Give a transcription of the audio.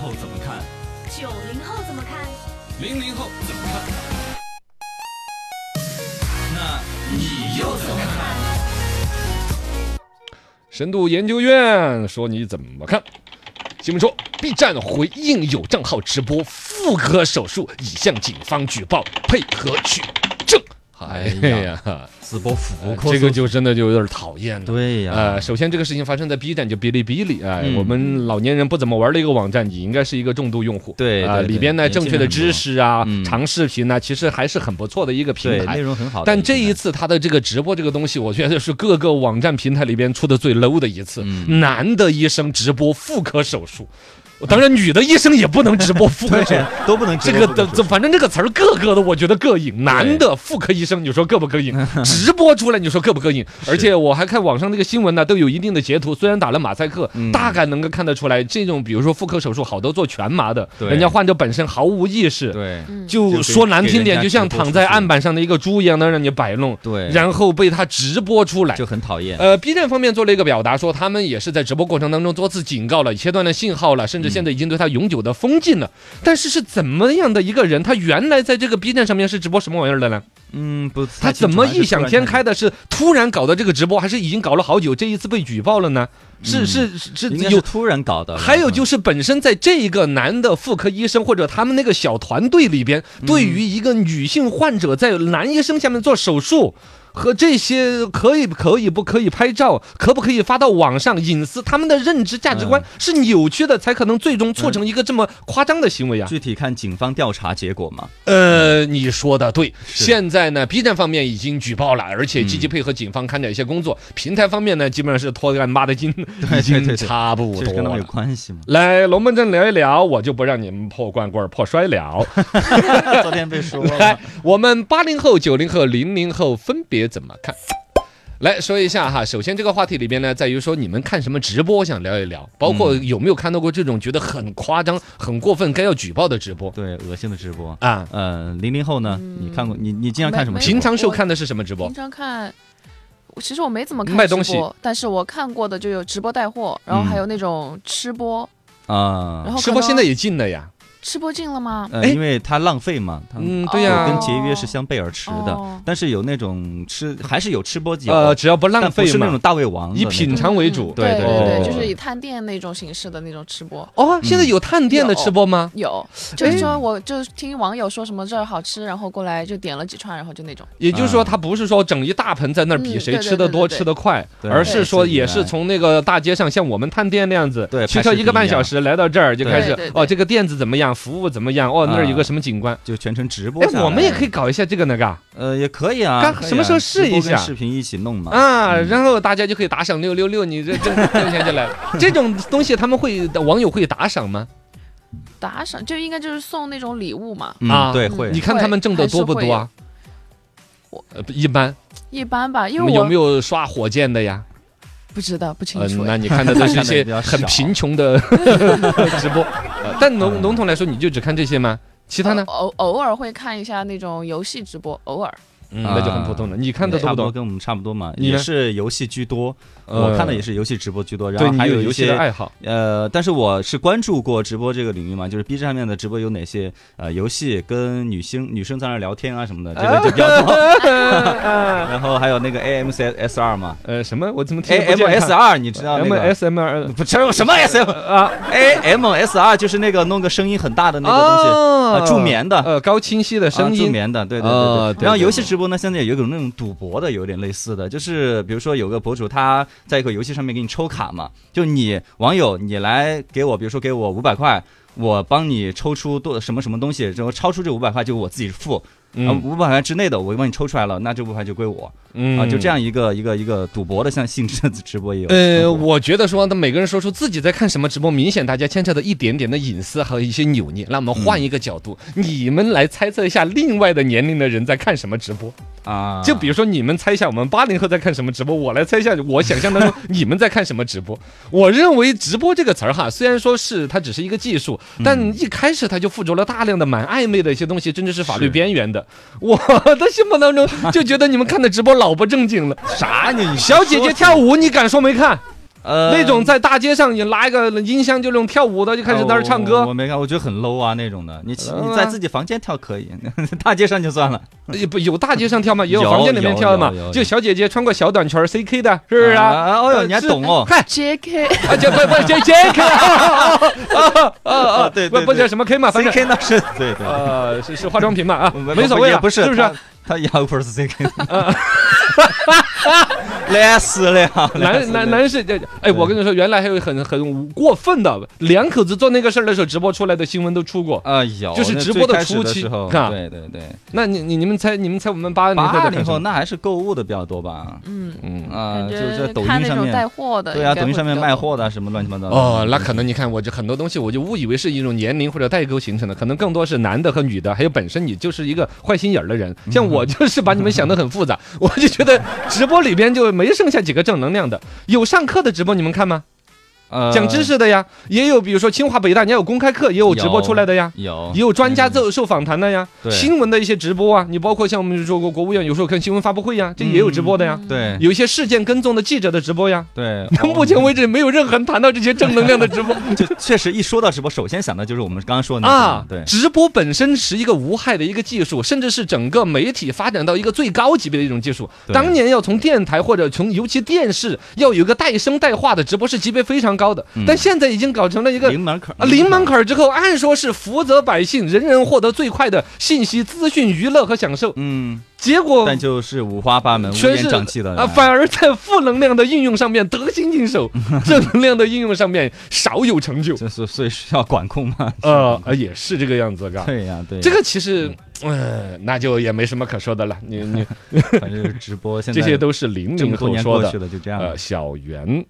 后怎么看？九零后怎么看？零零后怎么看？那你又怎么看？深度研究院说你怎么看？新闻说，B 站回应有账号直播妇科手术，已向警方举报，配合取证。哎哎呀，直播妇科这手个术就真的就有点讨厌了。对啊呀、呃，首先这个事情发生在 B 站，就哔哩哔哩啊，嗯我们老年人不怎么玩的一个网站，你应该是一个重度用户。对啊、对对里边呢年轻正确的人知识啊、嗯长视频呢、其实还是很不错的一个平对内台。容很好的平台，但这一次他的这个直播这个东西，我觉得是各个网站平台里边出的最 low 的一次。嗯男的医生直播妇科手术，当然女的医生也不能直播妇科 手术。对都不能直 播这个妇科的手，术这反正这个词儿个个的，我觉得膈应。男的妇科医生，你说膈不 膈应？直播出来，你说膈不膈应？而且我还看网上那个新闻呢，都有一定的截图，虽然打了马赛克嗯，大概能够看得出来，这种比如说妇科手术，好多做全麻的，对人家患者本身毫无意识。对就说难就听点，给人家就像躺在案板上的一个猪一样的让你摆弄， 对，然后被他直播出 来。就很讨厌。呃，B 站方面做了一个表达，说他们也是在直播过程当中多次警告了，切断了信号了，甚至现在已经对他永久的封禁了。但是是怎么样的一个人？他原来在这个 B 站上面是直播什么玩意儿的呢？嗯，不，他怎么异想天开？的是突然搞的这个直播，还是已经搞了好久，这一次被举报了呢？是是是是嗯应该是有。突然搞的。，还有就是嗯是本身在这一个男的妇科医生或者他们那个小团队里边，对于一个女性患者在男医生下面做手术。和这些可以不可以不可以拍照，可不可以发到网上？隐私，他们的认知价值观是扭曲的，才可能最终促成一个这么夸张的行为啊！具体看警方调查结果 嘛。呃，你说的对。是现在呢，B 站方面已经举报了，而且积极配合警方勘察一些工作。平台方面呢，基本上是脱干妈的筋，对已经对对差不这多是跟他们了？有。关系 吗来龙门阵聊一聊，我就不让你们破罐罐儿破摔了。 昨天被说 了来，我们八零后、九零后、零零后分别怎么看？来说一下哈，首先这个话题里边呢，在于说你们看什么直播，想聊一聊，包括嗯有没有看到过这种觉得很夸张、很过分、该要举报的直播对，恶心的直播。啊？呃，零零后呢？你看过你你经常看什么嗯没直平播？常时候看的是什么直播平？常看，我其实我没怎么看卖直东西播，但是我看过的就有直播带货，然后还嗯有那种吃播，然啊？后直可播能现在也禁了呀。吃播进了吗？呃，哎因为它浪费嘛，它嗯，对啊哦跟呀。节约是相背而驰的哦。但是有那种吃，还是有吃播节目，呃，只要不浪但不费是那种嘛，大胃王的以那品种尝为主。对嗯对哦对，就是以探店那种形式的那种吃播。哦，现在有探店的吃播吗？有，哎就是说，我就是听网友说什么这儿好吃，然后过来就点了几串，然后就那种。也就是说，嗯他不是说整一大盆在那儿比嗯谁对对吃的对多、对吃的快，对而是说自己也是来从那个大街上像我们探店那样子，对驱拍车视一个频半一小样时来到这儿就对开始对对，对哦，这个店子怎么样，服务怎么样，哦，那儿有个什么景观。就全程嗯直播下来。嗯哎，我们也可以搞一下这个那个呃，也可以啊，干可以啊什么时候试直一下播跟视频一起弄嘛？啊，然后大家就可以打赏六六六，你这挣挣钱就来了。这种东西他们会网友会打赏吗？打赏就应该就是送那种礼物嘛，嗯啊对，会你看他们挣的多不多啊会？呃，不一般。一般吧，你因们为有我没有刷火箭的呀？不知道不清嗯，楚。哎那你看的都是一些 看得比较少很贫穷 的直播，呃但嗯笼笼统来说，你就只看这些吗？其他呢？偶偶尔会看一下那种游戏直播，偶尔。嗯，那就很普通了。你看的啊差不懂不多懂？跟我们差不多嘛，你呢也是游戏居多。呃我看的也是游戏直播居多，然对后你还有一游戏些的 爱好，呃，但是我是关注过直播这个领域嘛，就是 B 站上面的直播有哪些呃游戏跟女星女生在那儿聊天啊什么的，这个就比较多。 然后还有那个 AMSSR 嘛哎呃，什么？我怎么听不见看，AMSR 你知道那？M 个？ S M R 不，这有什么 S M 啊？AMSR 就是那个弄个声音很大的那个东西。啊呃助眠的呃，高清晰的声啊助音，眠的，对对啊对对对。然后游戏直播呢，现在有一种那种赌博的，有点类似的，就是比如说有个博主他在一个游戏上面给你抽卡嘛，就你网友你来给我，比如说给我五百块。我帮你抽出多什么什么东西，然后超出这五百块就我自己付，啊嗯五百块之内的我就帮你抽出来了，那这五百块就归我嗯啊，就这。样一个一个一个赌博的像性质的直播也有。呃，我觉得说，他每个人说出自己在看什么直播，明显大家牵扯到一点点的隐私和一些扭捏。那我们嗯换一个角度，你们来猜测一下另外的年龄的人在看什么直播。啊，呃就比如说，你们猜一下，我们八零后在看什么直播？我来猜一下，我想象当中你们在看什么直播？ 我认为“直播”这个词儿哈，虽然说是它只是一个技术，嗯但一开始它就附着了大量的蛮暧昧的一些东西，甚至是法律是边 缘的。我的心目当中就觉得你们看的直播老不正经了。 啥你 小姐姐跳舞，你敢说没看？呃，那种在大街上你拉一个音箱就那种跳舞的，就开始在那儿唱啊我歌我，没看，我觉得很 low 啊那种的。你呃你在自己房间跳可以， 大街上就算了。也不有大街上跳吗？也有有房间里面跳的嘛有有。有就小姐姐穿过小短裙儿 CK 的，是不是啊？啊哦哟，你还懂哦？嗨， JK 啊，这不不这 JK 啊啊啊啊！对不对不对叫什么 K 嘛，反正 CK 那是 对对，呃是是化妆品嘛啊，不没所谓也了，不是，是不是？啊呃他？他也不是 CK，累死了呀！累 男死男了男士，这哎，我跟你说，原来还有很很过分的，两口子做那个事儿的时候，直播出来的新闻都出过。啊有，就是那直最播的开始初的期时候看啊对对对，那你你你们猜，你们猜我们八零后八的零后感受，那还是购物的比较多吧？嗯，嗯，啊，感就觉是在抖音看那上种带面，货的，对啊，应该抖音会上面比较卖多货的啊什么乱七八糟的。哦，那可能你看我这很多东西，我就误以为是一种年龄或者代沟形成的，可能更多是男的和女的，还有本身你就是一个坏心眼儿的人。像嗯我就是把你们想得很复杂， 我就觉得直播里边就没剩下几个正能量的。有上课的直播你们看吗？呃讲知识的呀，也有比如说清华北大，人家有公开课，也有直播出来的呀。有也有专家受受访谈的呀，对新闻的一些直播啊，你包括像我们说过国务院有时候看新闻发布会呀，这也有直播的呀，嗯嗯对嗯有一些事件跟踪的记者的直播呀。 对，到目前为止没有任何人谈到这些正能量的直播就确实一说到直播，首先想到就是我们刚刚说的那啊个，对，直播本身是一个无害的一个技术，甚至是整个媒体发展到一个最高级别的一种技术。对当年要从电台或者从尤其电视要有一个带声带话的直播是级别非常高的，嗯但现在已经搞成了一个零门槛啊，零门槛儿之后，按说是福泽百姓，人人获得最快的信息、资讯、娱乐和享受。嗯，结果但就是五花八门、乌全烟是瘴气的啊，反而在负能量的应用上面得心应手，正能量的应用上面少有成就。就是所以是要管控 嘛。呃，啊也是这个样子，嘎。对呀、对呀、这个其实，嗯，那就也没什么可说的了。你你 反正就是直播，现在这些都是零这零么多后年说啊呃过去嗯的，了，就这样了。呃，小袁